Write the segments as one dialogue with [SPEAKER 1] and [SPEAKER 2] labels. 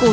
[SPEAKER 1] 股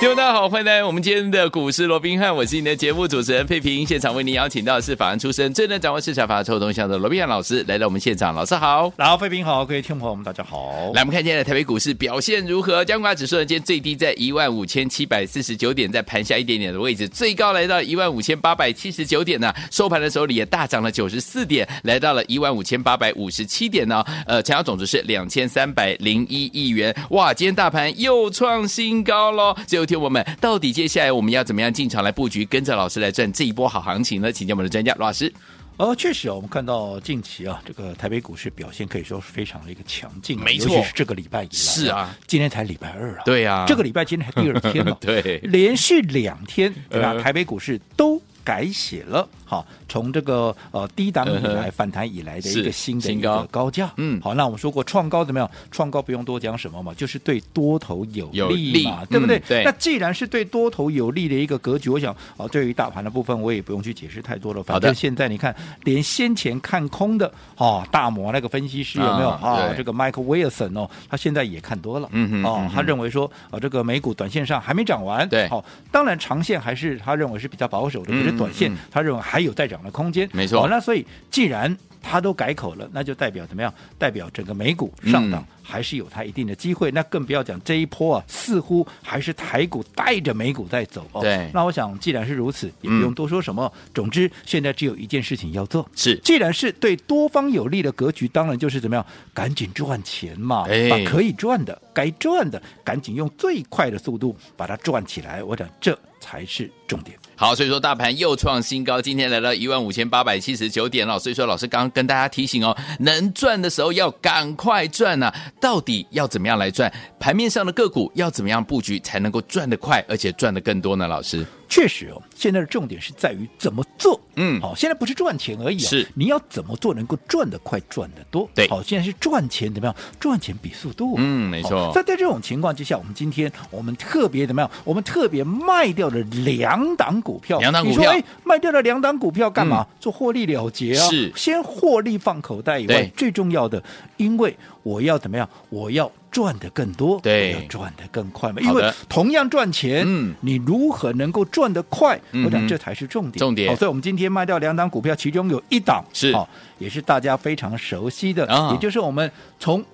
[SPEAKER 2] 听众大家好，欢迎来到我们今天的股市罗宾汉，我是你的节目主持人费平。现场为您邀请到的是法案出身、最能掌握市场法律臭动向的罗宾汉老师来到我们现场，老师好。
[SPEAKER 3] 然后，费平好，各位听众朋友们，大家好。
[SPEAKER 2] 来，我们看今天的台北股市表现如何？加权指数呢，今天最低在15,749点，在盘下一点点的位置，最高来到15,879点呢、收盘的时候也大涨了94点，来到了15,857点呢、呃，成交总值是2,301亿元。哇，今天大盘又创新高喽！所以，有听我们到底接下来我们要怎么样进场来布局，跟着老师来赚这一波好行情呢？请教我们的专家罗老师。
[SPEAKER 3] 呃，确实啊，我们看到近期啊，这个台北股市表现可以说是非常的一个强劲啊，
[SPEAKER 2] 没错
[SPEAKER 3] 尤其是这个礼拜以来、
[SPEAKER 2] 是啊，
[SPEAKER 3] 今天才礼拜二啊，
[SPEAKER 2] 对啊，
[SPEAKER 3] 这个礼拜今天才第二天 了
[SPEAKER 2] 对
[SPEAKER 3] 连续两天对吧？
[SPEAKER 2] 呃
[SPEAKER 3] 台北股市都。改写了，好，从这个呃低档以
[SPEAKER 2] 嗯
[SPEAKER 3] 来
[SPEAKER 2] 哼
[SPEAKER 3] 反弹以来的
[SPEAKER 2] 是
[SPEAKER 3] 一个新的
[SPEAKER 2] 新
[SPEAKER 3] 一
[SPEAKER 2] 高
[SPEAKER 3] 个高价，
[SPEAKER 2] 嗯
[SPEAKER 3] 好，那我们说过创高怎么样？创高不用多讲什么嘛，就是对多头有
[SPEAKER 2] 有
[SPEAKER 3] 利
[SPEAKER 2] 利
[SPEAKER 3] 嘛，对不对
[SPEAKER 2] 嗯？对
[SPEAKER 3] 那既然是对多头有利的一个格局，我想啊、呃对于大盘的部分我也不用去解释太多了，
[SPEAKER 2] 好
[SPEAKER 3] 反
[SPEAKER 2] 的
[SPEAKER 3] 正现在你看，连先前看空的哦，大摩那个分析师有没有
[SPEAKER 2] 啊
[SPEAKER 3] 啊、
[SPEAKER 2] 对
[SPEAKER 3] 这个 Michael Wilson 哦，他现在也看多了，
[SPEAKER 2] 嗯哼
[SPEAKER 3] 哦，
[SPEAKER 2] 嗯哼
[SPEAKER 3] 他认为说啊、这个美股短线上还没涨完，
[SPEAKER 2] 对
[SPEAKER 3] 好、当然长线还是他认为是比较保守的，可是
[SPEAKER 2] 嗯
[SPEAKER 3] 短线
[SPEAKER 2] 嗯
[SPEAKER 3] 他认为还有再涨的空间，
[SPEAKER 2] 没错
[SPEAKER 3] 好那所以既然他都改口了，那就代表怎么样？代表整个美股上
[SPEAKER 2] 嗯
[SPEAKER 3] 档还是有它一定的机会。那更不要讲这一波啊，似乎还是台股带着美股在走哦。
[SPEAKER 2] 对
[SPEAKER 3] 那我想既然是如此，也不
[SPEAKER 2] 嗯
[SPEAKER 3] 用多说什么。总之，现在只有一件事情要做，
[SPEAKER 2] 是
[SPEAKER 3] 既然是对多方有利的格局，当然就是怎么样，赶紧赚钱嘛，
[SPEAKER 2] 哎
[SPEAKER 3] 把可以赚的、该赚的，赶紧用最快的速度把它赚起来。我讲这才是重点。
[SPEAKER 2] 好，所以说大盘又创新高，今天来到一万五千八百七十九点了。所以说老师刚刚跟大家提醒哦，能赚的时候要赶快赚呐、到底要怎么样来赚？盘面上的个股要怎么样布局才能够赚得快，而且赚得更多呢？老师，
[SPEAKER 3] 确实哦，现在的重点是在于怎么做。
[SPEAKER 2] 嗯
[SPEAKER 3] 好、现在不是赚钱而已、哦，
[SPEAKER 2] 是
[SPEAKER 3] 你要怎么做能够赚得快、赚得多。
[SPEAKER 2] 对
[SPEAKER 3] 好、现在是赚钱怎么样？赚钱比速度、啊
[SPEAKER 2] 嗯没错
[SPEAKER 3] 哦好在在这种情况之下，我们今天我们特别怎么样？我们特别卖掉了两档股票。
[SPEAKER 2] 两档股票嗯
[SPEAKER 3] 你说哎，卖掉了两档股票干嘛？做获利了结啊，
[SPEAKER 2] 是
[SPEAKER 3] 先获利放口袋以外
[SPEAKER 2] 对，
[SPEAKER 3] 最重要的，因为我要怎么样？我要。赚得更多，
[SPEAKER 2] 对
[SPEAKER 3] 我要赚得更快嘛，
[SPEAKER 2] 好
[SPEAKER 3] 因
[SPEAKER 2] 的
[SPEAKER 3] 为同样赚钱，
[SPEAKER 2] 嗯
[SPEAKER 3] 你如何能够赚得快？
[SPEAKER 2] 嗯哼
[SPEAKER 3] 我讲这才是重点。
[SPEAKER 2] 重点
[SPEAKER 3] 好，所以我们今天卖掉两档股票，其中有一档
[SPEAKER 2] 是
[SPEAKER 3] 好、也是大家非常熟悉的，
[SPEAKER 2] 啊
[SPEAKER 3] 也就是我们从。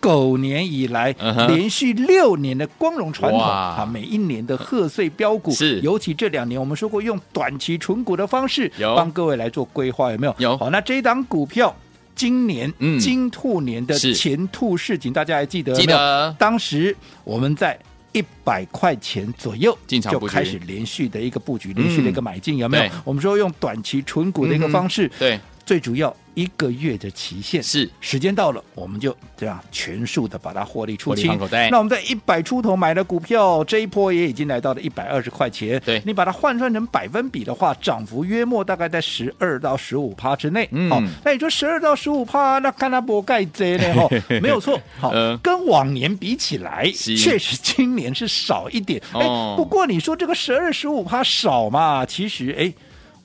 [SPEAKER 3] 狗年以来
[SPEAKER 2] 嗯哼
[SPEAKER 3] 连续六年的光荣传统
[SPEAKER 2] 哇
[SPEAKER 3] 啊，每一年的贺岁标股
[SPEAKER 2] 是
[SPEAKER 3] 尤其这两年我们说过用短期存股的方式
[SPEAKER 2] 有
[SPEAKER 3] 帮各位来做规划，有没有？
[SPEAKER 2] 有
[SPEAKER 3] 好，那这一档股票今年
[SPEAKER 2] 嗯
[SPEAKER 3] 金兔年的
[SPEAKER 2] 是
[SPEAKER 3] 前兔市情，大家还记得？
[SPEAKER 2] 记
[SPEAKER 3] 没有
[SPEAKER 2] 得
[SPEAKER 3] 当时我们在一百块钱左右
[SPEAKER 2] 进场
[SPEAKER 3] 就
[SPEAKER 2] 布局嗯
[SPEAKER 3] 开始连续的一个布局，连续的一个买进，有没
[SPEAKER 2] 对嗯
[SPEAKER 3] 有？我们说用短期纯股的一个方式，
[SPEAKER 2] 对，
[SPEAKER 3] 最主要一个月的期限
[SPEAKER 2] 是
[SPEAKER 3] 时间到了，我们就这样全数的把它获利出
[SPEAKER 2] 获利
[SPEAKER 3] 清
[SPEAKER 2] 放口袋。
[SPEAKER 3] 那我们在一百出头买的股票，这一波也已经来到了一百二十块钱。
[SPEAKER 2] 对
[SPEAKER 3] 你把它换算成百分比的话，涨幅约莫大概在十二到十五趴之内。
[SPEAKER 2] 嗯
[SPEAKER 3] 好，那你说十二到十五趴，那看它不盖贼 呢？哈，没有错。好
[SPEAKER 2] 嗯，
[SPEAKER 3] 跟往年比起来，
[SPEAKER 2] 是
[SPEAKER 3] 确实今年是少一点。哎
[SPEAKER 2] 哦，
[SPEAKER 3] 不过你说这个十二十五趴少嘛？其实，哎。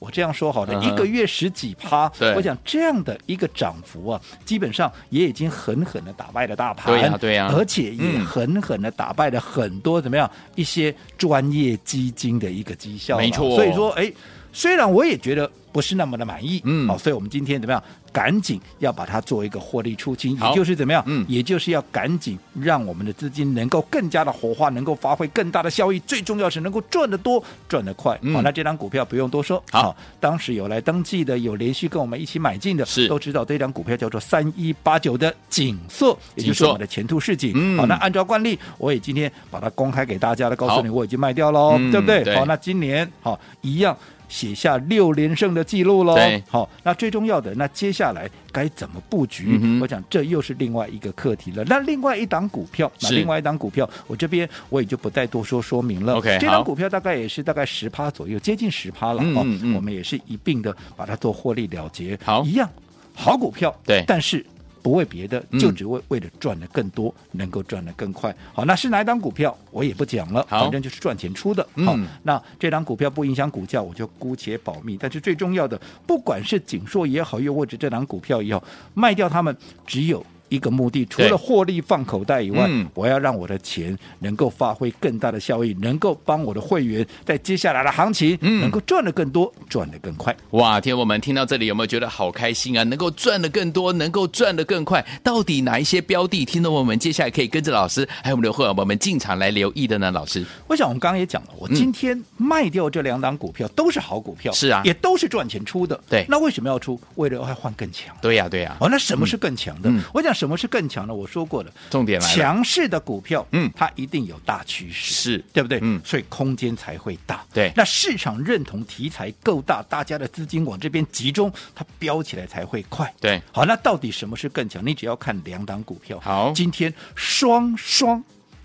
[SPEAKER 3] 我这样说好了，
[SPEAKER 2] 嗯哼
[SPEAKER 3] 一个月十几趴，
[SPEAKER 2] 对
[SPEAKER 3] 我想这样的一个涨幅啊，基本上也已经狠狠的打败了大盘，
[SPEAKER 2] 对呀对呀
[SPEAKER 3] 而且也
[SPEAKER 2] 嗯
[SPEAKER 3] 狠狠的打败了很多怎么样一些专业基金的一个绩效嘛，啊
[SPEAKER 2] 没错
[SPEAKER 3] 所以说，哎，虽然我也觉得不是那么的满意，
[SPEAKER 2] 嗯
[SPEAKER 3] 好、所以我们今天怎么样，赶紧要把它做一个获利出清，
[SPEAKER 2] 好
[SPEAKER 3] 也就是怎么样，
[SPEAKER 2] 嗯
[SPEAKER 3] 也就是要赶紧让我们的资金能够更加的活化，能够发挥更大的效益，最重要是能够赚得多，赚得快。
[SPEAKER 2] 嗯
[SPEAKER 3] 好，那这张股票不用多说，
[SPEAKER 2] 好
[SPEAKER 3] 当时有来登记的，有连续跟我们一起买进的，
[SPEAKER 2] 是
[SPEAKER 3] 都知道这张股票叫做三一八九的景色，也
[SPEAKER 2] 景
[SPEAKER 3] 就是
[SPEAKER 2] 硕
[SPEAKER 3] 我们的前途市景。
[SPEAKER 2] 嗯
[SPEAKER 3] 好，那按照惯例，我也今天把它公开给大家了，告
[SPEAKER 2] 好
[SPEAKER 3] 诉你我已经卖掉喽，
[SPEAKER 2] 嗯
[SPEAKER 3] 对不对？
[SPEAKER 2] 对
[SPEAKER 3] 好，那今年好一样。写下六连胜的记录喽
[SPEAKER 2] 对。
[SPEAKER 3] 好，那最重要的，那接下来该怎么布局？
[SPEAKER 2] 嗯哼
[SPEAKER 3] 我讲这又是另外一个课题了。那另外一档股票，那
[SPEAKER 2] 是
[SPEAKER 3] 另外一档股票，我这边我也就不再多说说明了。
[SPEAKER 2] OK，
[SPEAKER 3] 这档
[SPEAKER 2] 好
[SPEAKER 3] 股票大概也是大概十趴左右，接近十趴了。
[SPEAKER 2] 嗯
[SPEAKER 3] 哦
[SPEAKER 2] 嗯嗯
[SPEAKER 3] 我们也是一并的把它做获利了结。
[SPEAKER 2] 好
[SPEAKER 3] 一样好股票，
[SPEAKER 2] 对
[SPEAKER 3] 但是不为别的，
[SPEAKER 2] 嗯
[SPEAKER 3] 就只为为了赚的更多，能够赚的更快。好，那是哪一档股票我也不讲了，
[SPEAKER 2] 好
[SPEAKER 3] 反正就是赚钱出的。
[SPEAKER 2] 嗯
[SPEAKER 3] 好，那这档股票不影响股价，我就姑且保密。但是最重要的，不管是锦硕也好，又或者这档股票也好，卖掉它们只有。一个目的，除
[SPEAKER 2] 对
[SPEAKER 3] 了获利放口袋以外，
[SPEAKER 2] 嗯
[SPEAKER 3] 我要让我的钱能够发挥更大的效益，能够帮我的会员在接下来的行情、
[SPEAKER 2] 嗯
[SPEAKER 3] 能够赚得更多，赚得更快。
[SPEAKER 2] 哇，听友们听到这里有没有觉得好开心啊？能够赚得更多，能够赚得更快，到底哪一些标的，听众朋友们接下来可以跟着老师还有我们的会员朋友们进场来留意的呢？老师，
[SPEAKER 3] 我想我们刚刚也讲了，我今天卖掉这两档股票都是好股票，
[SPEAKER 2] 嗯是啊
[SPEAKER 3] 也都是赚钱出的。
[SPEAKER 2] 对
[SPEAKER 3] 那为什么要出？为了要换更强。
[SPEAKER 2] 对呀、对呀、
[SPEAKER 3] 哦，那什么是更强的？
[SPEAKER 2] 啊嗯嗯
[SPEAKER 3] 我讲什么是更强的？我说过了，
[SPEAKER 2] 重点来了
[SPEAKER 3] 强势的股票，
[SPEAKER 2] 嗯
[SPEAKER 3] 它一定有大趋势，
[SPEAKER 2] 是
[SPEAKER 3] 对不对？
[SPEAKER 2] 嗯
[SPEAKER 3] 所以空间才会大。
[SPEAKER 2] 对
[SPEAKER 3] 那市场认同题材够大，大家的资金往这边集中，它飙起来才会快。
[SPEAKER 2] 对
[SPEAKER 3] 好，那到底什么是更强？你只要看两档股票，
[SPEAKER 2] 好
[SPEAKER 3] 今天双双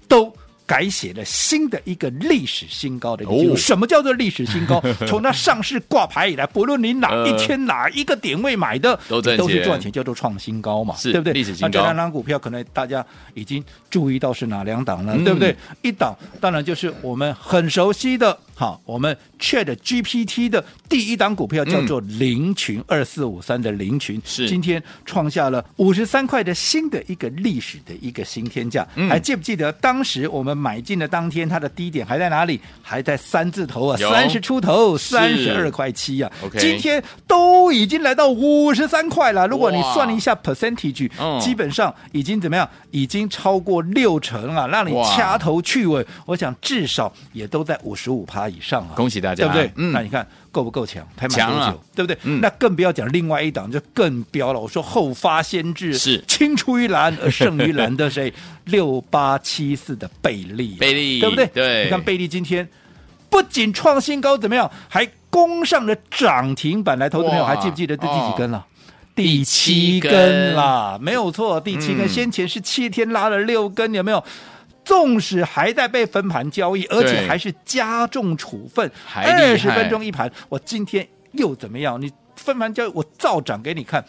[SPEAKER 3] 都。改写了新的一个历史新高的一个记录。
[SPEAKER 2] 哦
[SPEAKER 3] 什么叫做历史新 高？从它上市挂牌以来，不论你哪一
[SPEAKER 2] 呃
[SPEAKER 3] 天哪一个点位买的，
[SPEAKER 2] 都赚
[SPEAKER 3] 都是
[SPEAKER 2] 钱
[SPEAKER 3] 赚钱，叫做创新高嘛，
[SPEAKER 2] 是
[SPEAKER 3] 对不对？
[SPEAKER 2] 历史新
[SPEAKER 3] 那这
[SPEAKER 2] 高
[SPEAKER 3] 两档股票可能大家已经注意到是哪两档了，
[SPEAKER 2] 嗯
[SPEAKER 3] 对不对？一档当然就是我们很熟悉的，好，我们 Chat GPT 的第一档股票叫做零群二四五三的零群，
[SPEAKER 2] 嗯是
[SPEAKER 3] 今天创下了五十三块的新的一个历史的一个新天价。
[SPEAKER 2] 嗯
[SPEAKER 3] 还记不记得当时我们买进的当天，它的低点还在哪里？还在三字头啊，
[SPEAKER 2] 有
[SPEAKER 3] 三十出头，
[SPEAKER 2] 是
[SPEAKER 3] 三十二块七呀、啊。
[SPEAKER 2] OK
[SPEAKER 3] 今天都已经来到五十三块了。如果你
[SPEAKER 2] 哇
[SPEAKER 3] 算一下 percentage，、
[SPEAKER 2] 嗯
[SPEAKER 3] 基本上已经怎么样？已经超过六成啊，让你
[SPEAKER 2] 哇
[SPEAKER 3] 掐头去尾。我想至少也都在五十五趴以上啊。
[SPEAKER 2] 恭喜大家
[SPEAKER 3] 对不对？
[SPEAKER 2] 嗯
[SPEAKER 3] 那你看够不够强？才买
[SPEAKER 2] 强
[SPEAKER 3] 多久？
[SPEAKER 2] 啊
[SPEAKER 3] 对不对？
[SPEAKER 2] 嗯
[SPEAKER 3] 那更不要讲另外一档就更飙了。我说后发先至，
[SPEAKER 2] 是
[SPEAKER 3] 青出于蓝而胜于蓝的谁？六八七四的贝利啊、
[SPEAKER 2] 贝利
[SPEAKER 3] 对不对？
[SPEAKER 2] 对
[SPEAKER 3] 你看贝利今天不仅创新高，怎么样？还攻上了涨停板来。投资朋友
[SPEAKER 2] 哇
[SPEAKER 3] 还记不记得第第几根了？
[SPEAKER 2] 第
[SPEAKER 3] 第
[SPEAKER 2] 七
[SPEAKER 3] 七
[SPEAKER 2] 根
[SPEAKER 3] 根啦，没有错，第七根。
[SPEAKER 2] 嗯
[SPEAKER 3] 先前是七天拉了六根，有没有？纵使还在被分盘交易，而且
[SPEAKER 2] 对
[SPEAKER 3] 还是加重处分，
[SPEAKER 2] 还
[SPEAKER 3] 二
[SPEAKER 2] 厉
[SPEAKER 3] 十
[SPEAKER 2] 害
[SPEAKER 3] 分钟一盘，我今天又怎么样？你分盘交易，我照涨给你看，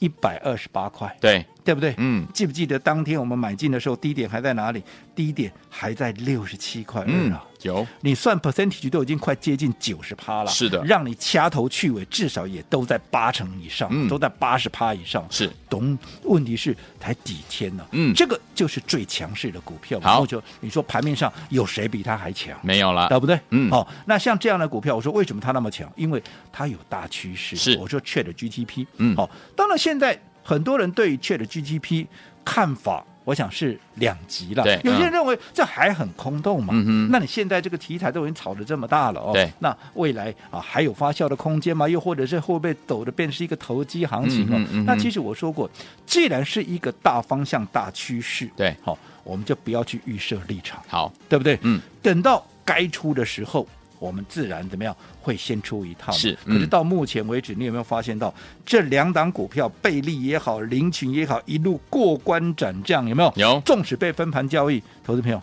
[SPEAKER 3] 一百二十八块，
[SPEAKER 2] 对，
[SPEAKER 3] 对不对？
[SPEAKER 2] 嗯
[SPEAKER 3] 记不记得当天我们买进的时候，低点还在哪里？低点还在六十七块二
[SPEAKER 2] 嗯
[SPEAKER 3] 啊。，
[SPEAKER 2] 有
[SPEAKER 3] 你算 percentage 都已经快接近九十趴了，
[SPEAKER 2] 是的
[SPEAKER 3] 让你掐头去尾，至少也都在八成以上，
[SPEAKER 2] 嗯
[SPEAKER 3] 都在八十趴以上，
[SPEAKER 2] 是
[SPEAKER 3] 懂？问题是才几天呢、
[SPEAKER 2] 嗯
[SPEAKER 3] 这个就是最强势的股票嘛。
[SPEAKER 2] 好
[SPEAKER 3] 或者你说盘面上有谁比它还强？
[SPEAKER 2] 没有了？
[SPEAKER 3] 啊对不对？
[SPEAKER 2] 嗯
[SPEAKER 3] 好、那像这样的股票，我说为什么它那么强？因为它有大趋势。
[SPEAKER 2] 是
[SPEAKER 3] 我说 Chat GTP，
[SPEAKER 2] 嗯
[SPEAKER 3] 好、哦当然现在很多人对 Chat GTP 看法。我想是两极了，
[SPEAKER 2] 对
[SPEAKER 3] 有些人
[SPEAKER 2] 嗯
[SPEAKER 3] 认为这还很空洞嘛，
[SPEAKER 2] 嗯哼
[SPEAKER 3] 那你现在这个题材都已经炒得这么大了哦，
[SPEAKER 2] 对
[SPEAKER 3] 那未来啊还有发酵的空间吗？又或者是会不会走的变是一个投机行情哦？
[SPEAKER 2] 嗯哼嗯哼
[SPEAKER 3] 那其实我说过，既然是一个大方向、大趋势，
[SPEAKER 2] 对
[SPEAKER 3] 好、我们就不要去预设立场。
[SPEAKER 2] 好，
[SPEAKER 3] 对不对？
[SPEAKER 2] 嗯，
[SPEAKER 3] 等到该出的时候，我们自然怎么样会先出一套嘛。
[SPEAKER 2] 是
[SPEAKER 3] 可是
[SPEAKER 2] 嗯
[SPEAKER 3] 到目前为止，你有没有发现到这两档股票，贝利也好，林群也好，一路过关斩将，有没有？
[SPEAKER 2] 有
[SPEAKER 3] 纵使被分盘交易，投资朋友。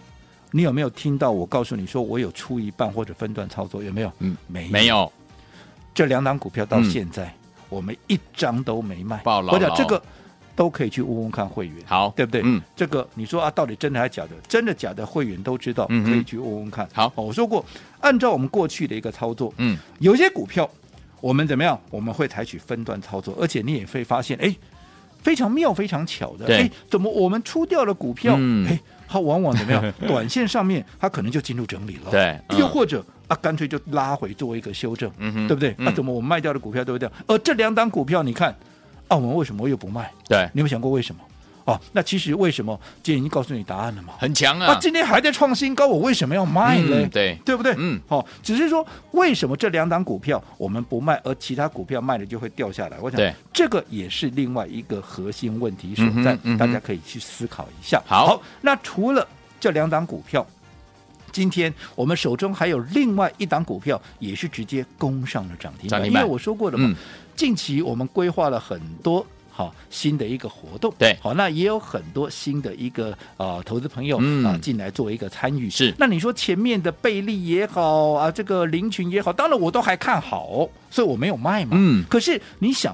[SPEAKER 3] 你有没有听到我告诉你说我有出一半或者分段操作？有没有？
[SPEAKER 2] 嗯，
[SPEAKER 3] 没
[SPEAKER 2] 没有，
[SPEAKER 3] 这两档股票到
[SPEAKER 2] 嗯
[SPEAKER 3] 现在、我们一张都没卖，
[SPEAKER 2] 抱牢
[SPEAKER 3] 我讲
[SPEAKER 2] 牢
[SPEAKER 3] 这个都可以去问问看会员，
[SPEAKER 2] 好
[SPEAKER 3] 对不对？
[SPEAKER 2] 嗯，
[SPEAKER 3] 这个你说啊，到底真的还是假的？真的假的，会员都知道，
[SPEAKER 2] 嗯哼
[SPEAKER 3] 可以去问问看。
[SPEAKER 2] 好
[SPEAKER 3] 哦我说过，按照我们过去的一个操作，
[SPEAKER 2] 嗯，
[SPEAKER 3] 有些股票我们怎么样？我们会采取分段操作，而且你也会发现，哎，非常妙、非常巧的，
[SPEAKER 2] 对
[SPEAKER 3] 哎，怎么我们出掉了股票，
[SPEAKER 2] 嗯
[SPEAKER 3] 哎，它往往怎么样？ 短线上面它可能就进入整理了，
[SPEAKER 2] 对嗯
[SPEAKER 3] 哦又或者。啊，干脆就拉回做一个修正，
[SPEAKER 2] 嗯哼
[SPEAKER 3] 对不对？那、
[SPEAKER 2] 嗯
[SPEAKER 3] 怎么我们卖掉的股票对不对？而这两档股票，你看，啊，我们为什么又不卖？
[SPEAKER 2] 对，
[SPEAKER 3] 你有没有想过为什么？哦，那其实为什么？今天已经告诉你答案了嘛。
[SPEAKER 2] 很强
[SPEAKER 3] 啊
[SPEAKER 2] 啊，，
[SPEAKER 3] 今天还在创新高，我为什么要卖呢？
[SPEAKER 2] 嗯对
[SPEAKER 3] 对不对？
[SPEAKER 2] 嗯，
[SPEAKER 3] 好、只是说为什么这两档股票我们不卖，而其他股票卖了就会掉下来？我想
[SPEAKER 2] 对
[SPEAKER 3] 这个也是另外一个核心问题所在，
[SPEAKER 2] 嗯哼嗯哼
[SPEAKER 3] 大家可以去思考一下。
[SPEAKER 2] 好
[SPEAKER 3] 那除了这两档股票。今天我们手中还有另外一档股票，也是直接攻上了涨停
[SPEAKER 2] 涨
[SPEAKER 3] 板，
[SPEAKER 2] 停
[SPEAKER 3] 因
[SPEAKER 2] 板
[SPEAKER 3] 为我说过了嘛，
[SPEAKER 2] 嗯，
[SPEAKER 3] 近期我们规划了很多。好，新的一个活动，
[SPEAKER 2] 对
[SPEAKER 3] 好，那也有很多新的一个呃投资朋友啊、
[SPEAKER 2] 嗯
[SPEAKER 3] 进来做一个参与，
[SPEAKER 2] 是
[SPEAKER 3] 那你说前面的贝利也好啊，这个林群也好，当然我都还看好，所以我没有卖嘛，
[SPEAKER 2] 嗯
[SPEAKER 3] 可是你想，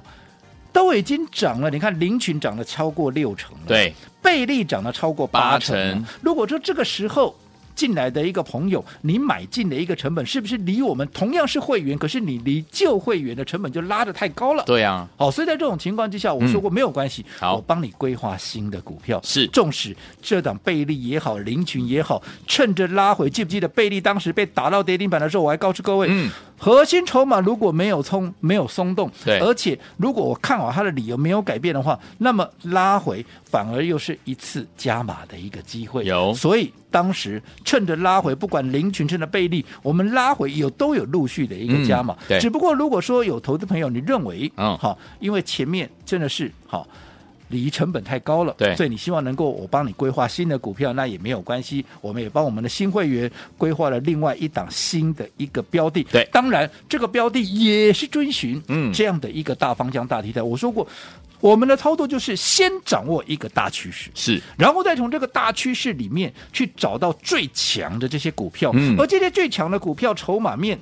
[SPEAKER 3] 都已经涨了，你看林群涨了超过六成了，
[SPEAKER 2] 对，
[SPEAKER 3] 贝利涨了超过八成了
[SPEAKER 2] 八成
[SPEAKER 3] 如果说这个时候。进来的一个朋友，你买进的一个成本是不是离我们同样是会员，可是你离旧会员的成本就拉得太高了？
[SPEAKER 2] 对啊，
[SPEAKER 3] 好，所以在这种情况之下，我说过没有关系，
[SPEAKER 2] 好
[SPEAKER 3] 我帮你规划新的股票。
[SPEAKER 2] 是
[SPEAKER 3] 纵使这档贝利也好，林群也好，趁着拉回，记不记得贝利当时被打到跌停板的时候，我还告诉各位，
[SPEAKER 2] 嗯，
[SPEAKER 3] 核心筹码如果没有冲，没有松动，
[SPEAKER 2] 对
[SPEAKER 3] 而且如果我看好它的理由没有改变的话，那么拉回反而又是一次加码的一个机会。
[SPEAKER 2] 有
[SPEAKER 3] 所以当时趁着拉回，不管林群趁着贝利，我们拉回有都有陆续的一个加码。
[SPEAKER 2] 嗯对
[SPEAKER 3] 只不过如果说有投资朋友你认为，
[SPEAKER 2] 嗯
[SPEAKER 3] 好，因为前面真的是好。离成本太高了，
[SPEAKER 2] 对
[SPEAKER 3] 所以你希望能够我帮你规划新的股票，那也没有关系，我们也帮我们的新会员规划了另外一档新的一个标的，
[SPEAKER 2] 对
[SPEAKER 3] 当然这个标的也是遵循
[SPEAKER 2] 嗯
[SPEAKER 3] 这样的一个大方向、大题材。我说过，我们的操作就是先掌握一个大趋势，
[SPEAKER 2] 是
[SPEAKER 3] 然后再从这个大趋势里面去找到最强的这些股票，
[SPEAKER 2] 嗯
[SPEAKER 3] 而这些最强的股票筹码面。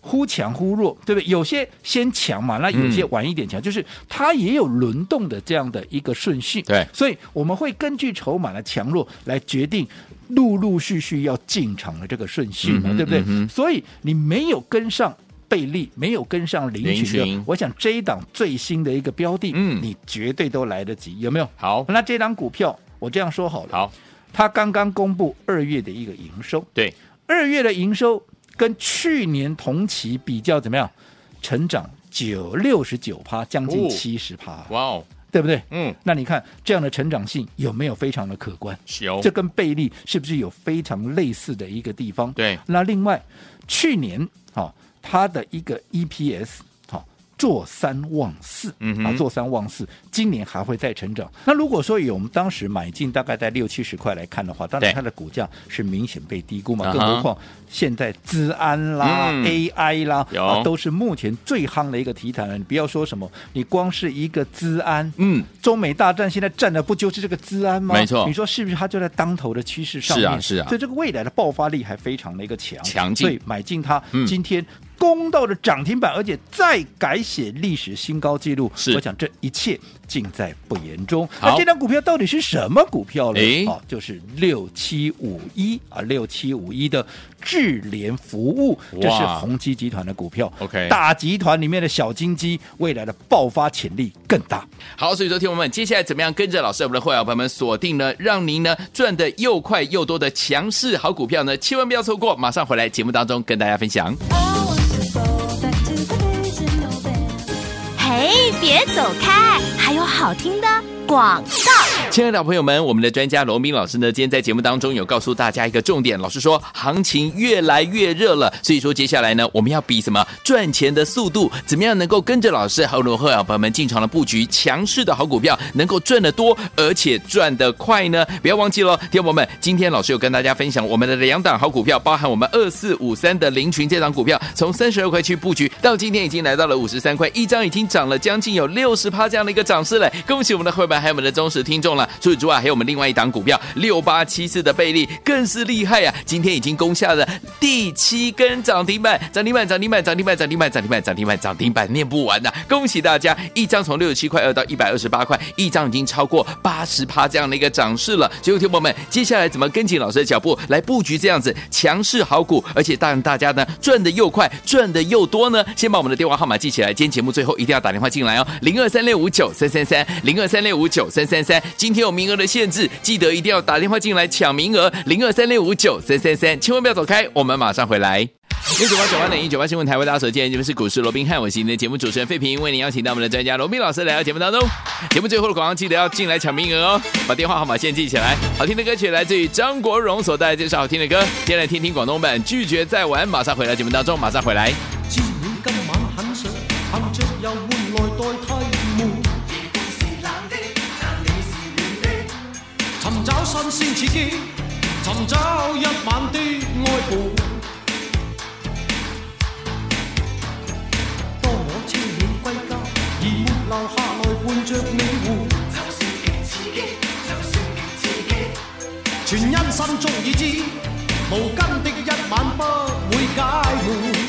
[SPEAKER 3] 忽强忽弱，对不对？有些先强嘛，那有些
[SPEAKER 2] 嗯
[SPEAKER 3] 晚一点强，就是它也有轮动的这样的一个顺序。
[SPEAKER 2] 对
[SPEAKER 3] 所以我们会根据筹码的强弱来决定陆陆续续要进场的这个顺序嘛，
[SPEAKER 2] 嗯哼
[SPEAKER 3] 对不对？
[SPEAKER 2] 嗯哼
[SPEAKER 3] 所以你没有跟上。贝利没有跟上林群
[SPEAKER 2] 林
[SPEAKER 3] 的，
[SPEAKER 2] 群
[SPEAKER 3] 我想这一档最新的一个标的，
[SPEAKER 2] 嗯
[SPEAKER 3] 你绝对都来得及，有没有？
[SPEAKER 2] 好，
[SPEAKER 3] 那这档股票，我这样说好了，
[SPEAKER 2] 好，
[SPEAKER 3] 它刚刚公布二月的一个营收，
[SPEAKER 2] 对，
[SPEAKER 3] 二月的营收跟去年同期比较怎么样？成长九六十九趴，将近
[SPEAKER 2] 哦
[SPEAKER 3] 七十趴，
[SPEAKER 2] 哇哦，
[SPEAKER 3] 对不对？
[SPEAKER 2] 嗯，
[SPEAKER 3] 那你看这样的成长性有没有非常的可观？
[SPEAKER 2] 有
[SPEAKER 3] 这跟贝利是不是有非常类似的一个地方？
[SPEAKER 2] 对
[SPEAKER 3] 那另外，去年好、它的一个 E EPS 好、哦做三望四，
[SPEAKER 2] 嗯哼
[SPEAKER 3] 啊，做三望四，今年还会再成长。那如果说以我们当时买进大概在六七十块来看的话，当然
[SPEAKER 2] 对
[SPEAKER 3] 它的股价是明显被低估
[SPEAKER 2] 啊
[SPEAKER 3] 嘛，
[SPEAKER 2] 哈
[SPEAKER 3] 更何况现在资安啦、
[SPEAKER 2] 嗯
[SPEAKER 3] AI 啦，
[SPEAKER 2] 有
[SPEAKER 3] 啊，都是目前最夯的一个题材了。你不要说什么，你光是一个资安，
[SPEAKER 2] 嗯，
[SPEAKER 3] 中美大战现在站的不就是这个资安吗？
[SPEAKER 2] 没错
[SPEAKER 3] 你说是不是？它就在当头的趋势上
[SPEAKER 2] 是
[SPEAKER 3] 面，
[SPEAKER 2] 啊是啊
[SPEAKER 3] 所以这个未来的爆发力还非常的一个强，
[SPEAKER 2] 强劲
[SPEAKER 3] 所以买进它，
[SPEAKER 2] 嗯
[SPEAKER 3] 今天。攻到了涨停板，而且再改写历史新高纪录。
[SPEAKER 2] 是
[SPEAKER 3] 我想这一切尽在不言中。
[SPEAKER 2] 好
[SPEAKER 3] 那这张股票到底是什么股票呢？
[SPEAKER 2] 诶
[SPEAKER 3] 啊，就是六七五一啊，六七五一的智联服务，这是
[SPEAKER 2] 哇
[SPEAKER 3] 宏基集团的股票。
[SPEAKER 2] OK
[SPEAKER 3] 大集团里面的小金鸡，未来的爆发潜力更大。
[SPEAKER 2] 好，所以说，听我们接下来怎么样跟着老师我们的会员朋友们锁定呢，让您呢赚的又快又多的强势好股票呢，千万不要错过，马上回来节目当中跟大家分享。
[SPEAKER 4] I want to go back to the original bed.
[SPEAKER 1] 嘿，别走开，还有好听的广告。
[SPEAKER 2] 亲爱的朋友们，我们的专家罗明老师呢，今天在节目当中有告诉大家一个重点，老师说行情越来越热了，所以说接下来呢，我们要比什么赚钱的速度，怎么样能够跟着老师还有罗赫小朋友们进场的布局强势的好股票，能够赚得多，而且赚得快呢？不要忘记了，听众朋友们，今天老师有跟大家分享我们的两档好股票，包含我们二四五三的林群这档股票，从三十二块去布局，到今天已经来到了五十三块，一张已经涨了将近有六十趴这样的一个涨势了，恭喜我们的会员还有我们的忠实听众了。除此之外，还有我们另外一档股票六八七四的贝利更是厉害呀、今天已经攻下了第七根涨停板，涨停板，涨停板，涨停板，涨停板，涨停板，涨停板，涨停板，念不完呐、恭喜大家，一张从六十七块二到一百二十八块，一张已经超过八十趴这样的一个涨势了。所以，听众朋友们，接下来怎么跟紧老师的脚步来布局这样子强势好股，而且让大家呢赚的又快，赚的又多呢？先把我们的电话号码记起来，今天节目最后一定要打电话进来哦，零二三六五九三三三，零二三六五九三三三。今天有名额的限制，记得一定要打电话进来抢名额，零二三六五九三三三，千万不要走开，我们马上回来。六九八九八零一九八新闻台为大家所见，你们是股市罗宾汉，我是你的节目主持人费平，为您邀请到我们的专家罗宾老师来到节目当中。节目最后的广告记得要进来抢名额哦，把电话号码先记起来。好听的歌曲来自于张国荣所带来这首好听的歌，接下来听听广东版《拒绝再玩》，马上回到节目当中，马上回来。
[SPEAKER 5] 千面金馬很想，憑着遊玩來代替悶。尋找新鮮刺激，尋找一晚的愛伴。當我千面歸家，而沒留下來伴着你活。全因心中已知，無根的一晚不會解悶。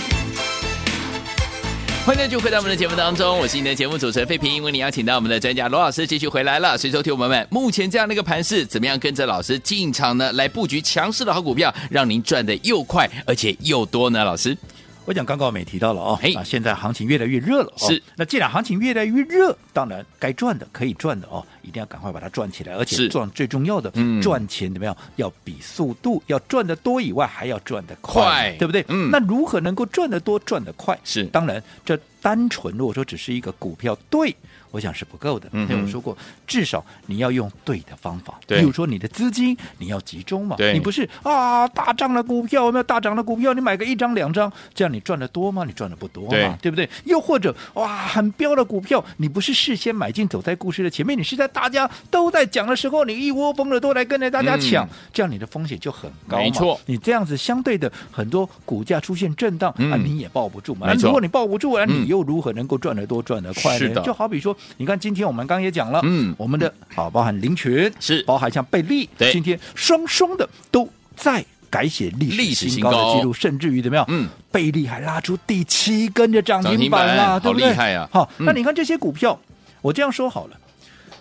[SPEAKER 2] 欢迎继续回到我们的节目当中，我是你的节目主持人费平，为你邀请到我们的专家罗老师继续回来了。所以，收听我们们，目前这样的一个盘势，怎么样跟着老师进场呢，来布局强势的好股票，让您赚的又快而且又多呢？老师，
[SPEAKER 3] 我讲刚刚我们也提到了哦
[SPEAKER 2] 嘿，
[SPEAKER 3] 啊，现在行情越来越热了、哦，
[SPEAKER 2] 是。
[SPEAKER 3] 那既然行情越来越热，当然该赚的可以赚的哦，一定要赶快把它赚起来，而
[SPEAKER 2] 是
[SPEAKER 3] 且赚最重要的，
[SPEAKER 2] 嗯
[SPEAKER 3] 赚钱怎么样？要比速度要赚得多以外，还要赚得快，
[SPEAKER 2] 快
[SPEAKER 3] 对不对？
[SPEAKER 2] 嗯
[SPEAKER 3] 那如何能够赚得多、赚得快？
[SPEAKER 2] 是
[SPEAKER 3] 当然这单纯如果说只是一个股票对。我想是不够的，
[SPEAKER 2] 嗯
[SPEAKER 3] 因
[SPEAKER 2] 哼
[SPEAKER 3] 为我说过，至少你要用对的方法，
[SPEAKER 2] 对
[SPEAKER 3] 比如说你的资金你要集中嘛，
[SPEAKER 2] 对
[SPEAKER 3] 你不是啊，大涨的股票有没有大涨的股票？你买个一张两张，这样你赚的多吗？你赚的不多嘛，
[SPEAKER 2] 对
[SPEAKER 3] 不对？又或者哇，很标的股票，你不是事先买进，走在故事的前面，你是在大家都在讲的时候，你一窝蜂的都来跟着大家抢，
[SPEAKER 2] 嗯
[SPEAKER 3] 这样你的风险就很高嘛。
[SPEAKER 2] 没错
[SPEAKER 3] 你这样子相对的很多股价出现震荡、啊，
[SPEAKER 2] 嗯
[SPEAKER 3] 你也抱不住嘛。
[SPEAKER 2] 没
[SPEAKER 3] 那
[SPEAKER 2] 错
[SPEAKER 3] 如果你抱不住，那啊
[SPEAKER 2] 嗯
[SPEAKER 3] 你又如何能够赚得多、赚得快
[SPEAKER 2] 是
[SPEAKER 3] 呢
[SPEAKER 2] 的？
[SPEAKER 3] 就好比说，你看今天我们刚刚也讲了，
[SPEAKER 2] 嗯
[SPEAKER 3] 我们的好包含林群
[SPEAKER 2] 是
[SPEAKER 3] 包含像贝利，
[SPEAKER 2] 对
[SPEAKER 3] 今天双双的都在改写历
[SPEAKER 2] 历史
[SPEAKER 3] 史
[SPEAKER 2] 新
[SPEAKER 3] 新高
[SPEAKER 2] 高
[SPEAKER 3] 的记录，甚至于怎么样？
[SPEAKER 2] 嗯，
[SPEAKER 3] 贝利还拉出第七根的涨停板
[SPEAKER 2] 涨
[SPEAKER 3] 啦，
[SPEAKER 2] 停板
[SPEAKER 3] 对不对？
[SPEAKER 2] 好厉害啊
[SPEAKER 3] 好，
[SPEAKER 2] 嗯
[SPEAKER 3] 那你看这些股票，我这样说好了，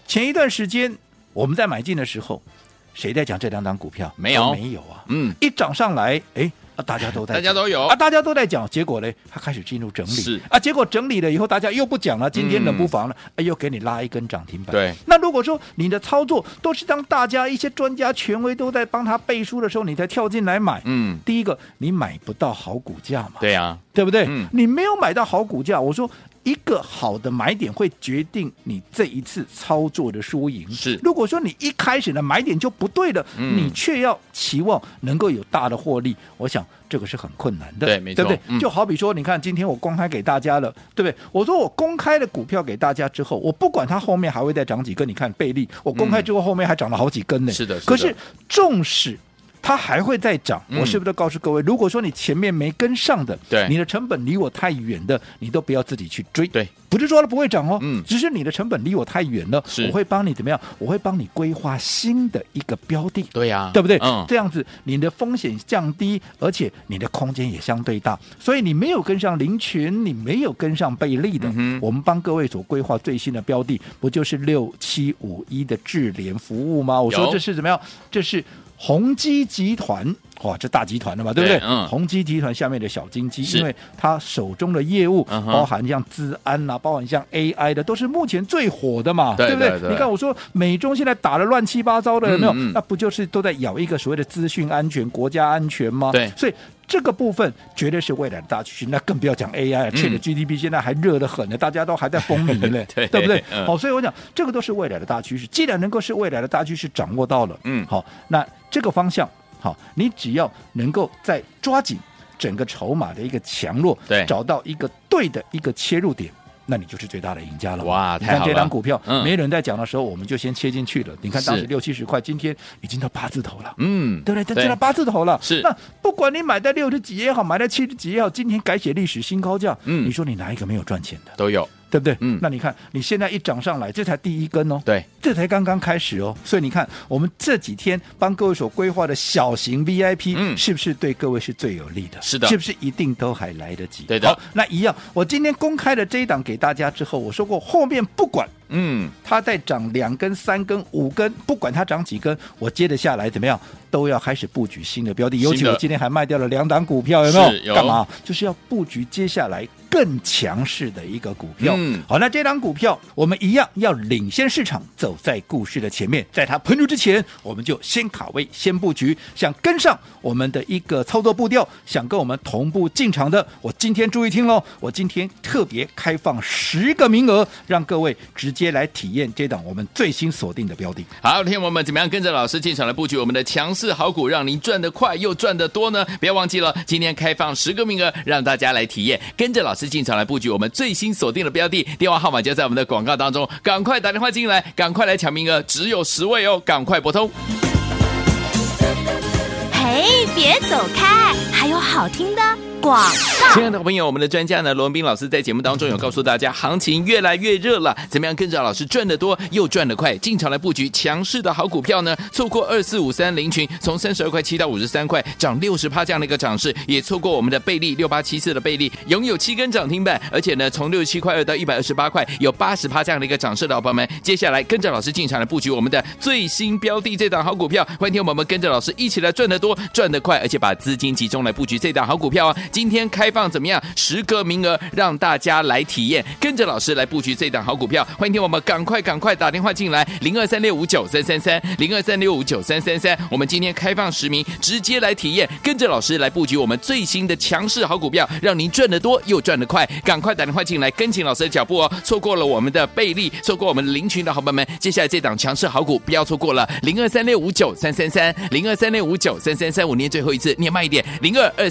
[SPEAKER 3] 前一段时间我们在买进的时候，谁在讲这两档股票？
[SPEAKER 2] 没有
[SPEAKER 3] 都没有啊，
[SPEAKER 2] 嗯，
[SPEAKER 3] 一涨上来，哎。啊，大 家都在讲，
[SPEAKER 2] 大家都有
[SPEAKER 3] 啊，大家都在讲，结果呢，它开始进入整理，
[SPEAKER 2] 是
[SPEAKER 3] 啊，结果整理了以后，大家又不讲了，今天
[SPEAKER 2] 嗯
[SPEAKER 3] 冷不防了，哎，又给你拉一根涨停板，
[SPEAKER 2] 对
[SPEAKER 3] 那如果说你的操作都是当大家一些专家权威都在帮他背书的时候，你才跳进来买，
[SPEAKER 2] 嗯
[SPEAKER 3] 第一个你买不到好股价嘛，
[SPEAKER 2] 对啊，
[SPEAKER 3] 对不对？
[SPEAKER 2] 嗯
[SPEAKER 3] 你没有买到好股价，我说一个好的买点会决定你这一次操作的输赢。
[SPEAKER 2] 是
[SPEAKER 3] 如果说你一开始的买点就不对了，
[SPEAKER 2] 嗯
[SPEAKER 3] 你却要期望能够有大的获利，我想这个是很困难的，
[SPEAKER 2] 对没错
[SPEAKER 3] 不对？
[SPEAKER 2] 嗯
[SPEAKER 3] 就好比说，你看今天我公开给大家了，对不对？我说我公开的股票给大家之后，我不管它后面还会再涨几根，你看贝利，我公开之后后面还涨了好几根呢。
[SPEAKER 2] 是的是的
[SPEAKER 3] 可是纵使它还会再涨，
[SPEAKER 2] 嗯
[SPEAKER 3] 我是不是都告诉各位，如果说你前面没跟上的，
[SPEAKER 2] 对
[SPEAKER 3] 你的成本离我太远的，你都不要自己去追。
[SPEAKER 2] 对，
[SPEAKER 3] 不是说了不会涨哦，
[SPEAKER 2] 嗯
[SPEAKER 3] 只是你的成本离我太远了
[SPEAKER 2] 是，
[SPEAKER 3] 我会帮你怎么样？我会帮你规划新的一个标的。
[SPEAKER 2] 对啊，
[SPEAKER 3] 对不对？
[SPEAKER 2] 嗯，
[SPEAKER 3] 这样子你的风险降低，而且你的空间也相对大，所以你没有跟上林群，你没有跟上贝利的，
[SPEAKER 2] 嗯哼
[SPEAKER 3] 我们帮各位所规划最新的标的，不就是六七五一的智联服务吗？我说
[SPEAKER 2] 有
[SPEAKER 3] 这是怎么样？这是宏基集团。哇，这大集团的嘛，对不
[SPEAKER 2] 对
[SPEAKER 3] 对？
[SPEAKER 2] 嗯
[SPEAKER 3] 宏基集团下面的小金鸡，
[SPEAKER 2] 是
[SPEAKER 3] 因为它手中的业务、
[SPEAKER 2] 嗯哼
[SPEAKER 3] 包含像资安啦、啊包含像 AI 的，都是目前最火的嘛，
[SPEAKER 2] 对
[SPEAKER 3] 不对？
[SPEAKER 2] 对对
[SPEAKER 3] 你看我说美中现在打的乱七八糟的，有没有？
[SPEAKER 2] 嗯嗯
[SPEAKER 3] 那不就是都在咬一个所谓的资讯安全、国家安全吗？
[SPEAKER 2] 对，
[SPEAKER 3] 所以这个部分绝对是未来的大趋势。那更不要讲 AI 啊，Chat GDP 现在还热得很呢，大家都还在风靡嘞
[SPEAKER 2] 对
[SPEAKER 3] 对不对？
[SPEAKER 2] 嗯
[SPEAKER 3] 好，所以我讲这个都是未来的大趋势。既然能够是未来的大趋势掌握到了，
[SPEAKER 2] 嗯
[SPEAKER 3] 好，那这个方向，好，你只要能够再抓紧整个筹码的一个强弱，
[SPEAKER 2] 对
[SPEAKER 3] 找到一个对的一个切入点。那你就是最大的赢家了。
[SPEAKER 2] 哇
[SPEAKER 3] 你
[SPEAKER 2] 太
[SPEAKER 3] 看
[SPEAKER 2] 好
[SPEAKER 3] 这
[SPEAKER 2] 了
[SPEAKER 3] 张股票，
[SPEAKER 2] 嗯
[SPEAKER 3] 没人在讲的时候，我们就先切进去了。你看当时
[SPEAKER 2] 是
[SPEAKER 3] 六七十块，今天已经到八字头了。
[SPEAKER 2] 嗯，
[SPEAKER 3] 对不对？它进到八字头了，
[SPEAKER 2] 是
[SPEAKER 3] 那不管你买在六十几也好，买在七十几也好，今天改写历史新高价，
[SPEAKER 2] 嗯
[SPEAKER 3] 你说你哪一个没有赚钱的？
[SPEAKER 2] 都有，
[SPEAKER 3] 对不对？
[SPEAKER 2] 嗯
[SPEAKER 3] 那你看你现在一涨上来，这才第一根哦，
[SPEAKER 2] 对，
[SPEAKER 3] 这才刚刚开始哦。所以你看，我们这几天帮各位所规划的小型 VIP，、
[SPEAKER 2] 嗯
[SPEAKER 3] 是不是对各位是最有利的？
[SPEAKER 2] 是的
[SPEAKER 3] 是不是一定都还来得及？
[SPEAKER 2] 对的
[SPEAKER 3] 好，那一样，我今天公开的这一档给大家之后，我说过后面不管
[SPEAKER 2] 嗯，
[SPEAKER 3] 它再涨两根、三根、五根，不管它涨几根，我接着下来怎么样，都要开始布局新的标的。尤
[SPEAKER 2] 新
[SPEAKER 3] 其
[SPEAKER 2] 的
[SPEAKER 3] 我今天还卖掉了两档股票，有没
[SPEAKER 2] 是
[SPEAKER 3] 有？
[SPEAKER 2] 有
[SPEAKER 3] 干嘛？啊就是要布局接下来更强势的一个股票。
[SPEAKER 2] 嗯
[SPEAKER 3] 好，那这档股票我们一样要领先市场，走在故事的前面。在它喷出之前，我们就先卡位、先布局，想跟上我们的一个操作步调，想跟我们同步进场的，我今天注意听喽，我今天特别开放十个名额，让各位直接来体验这档我们最新锁定的标的。
[SPEAKER 2] 好，听我们怎么样跟着老师进场来布局我们的强势好股，让您赚得快又赚得多呢？不要忘记了，今天开放十个名额，让大家来体验，跟着老师进场来布局我们最新锁定的标的，电话号码就在我们的广告当中，赶快打电话进来，赶快来抢名额，只有十位哦，赶快拨通。
[SPEAKER 1] 嘿，别走开，还有好听的
[SPEAKER 6] 广告。
[SPEAKER 2] 亲爱的朋友，我们的专家呢，罗文斌老师在节目当中有告诉大家，行情越来越热了，怎么样跟着老师赚得多又赚得快，进场来布局强势的好股票呢？错过二四五三零群从三十二块七到五十三块，涨六十趴这样的一个涨势，也错过我们的贝利六八七四的贝利，拥有七根涨停板，而且呢，从六十七块二到一百二十八块，有八十趴这样的一个涨势的好朋友们，接下来跟着老师进场来布局我们的最新标的这档好股票，欢迎听我们跟着老师一起来赚得多、赚得快，而且把资金集中来布局这档好股票啊！今天开放怎么样？十个名额让大家来体验，跟着老师来布局这档好股票，欢迎听我们赶快赶快打电话进来，零二三六五九三三三，零二三六五九三三三，我们今天开放十名，直接来体验，跟着老师来布局我们最新的强势好股票，让您赚得多又赚得快，赶快打电话进来，跟紧老师的脚步哦！错过了我们的贝利，错过我们林群的好朋友们，接下来这档强势好股不要错过了，零二三六五九三三三，零二三六五九三三三，我念最后一次，念慢一点，零二二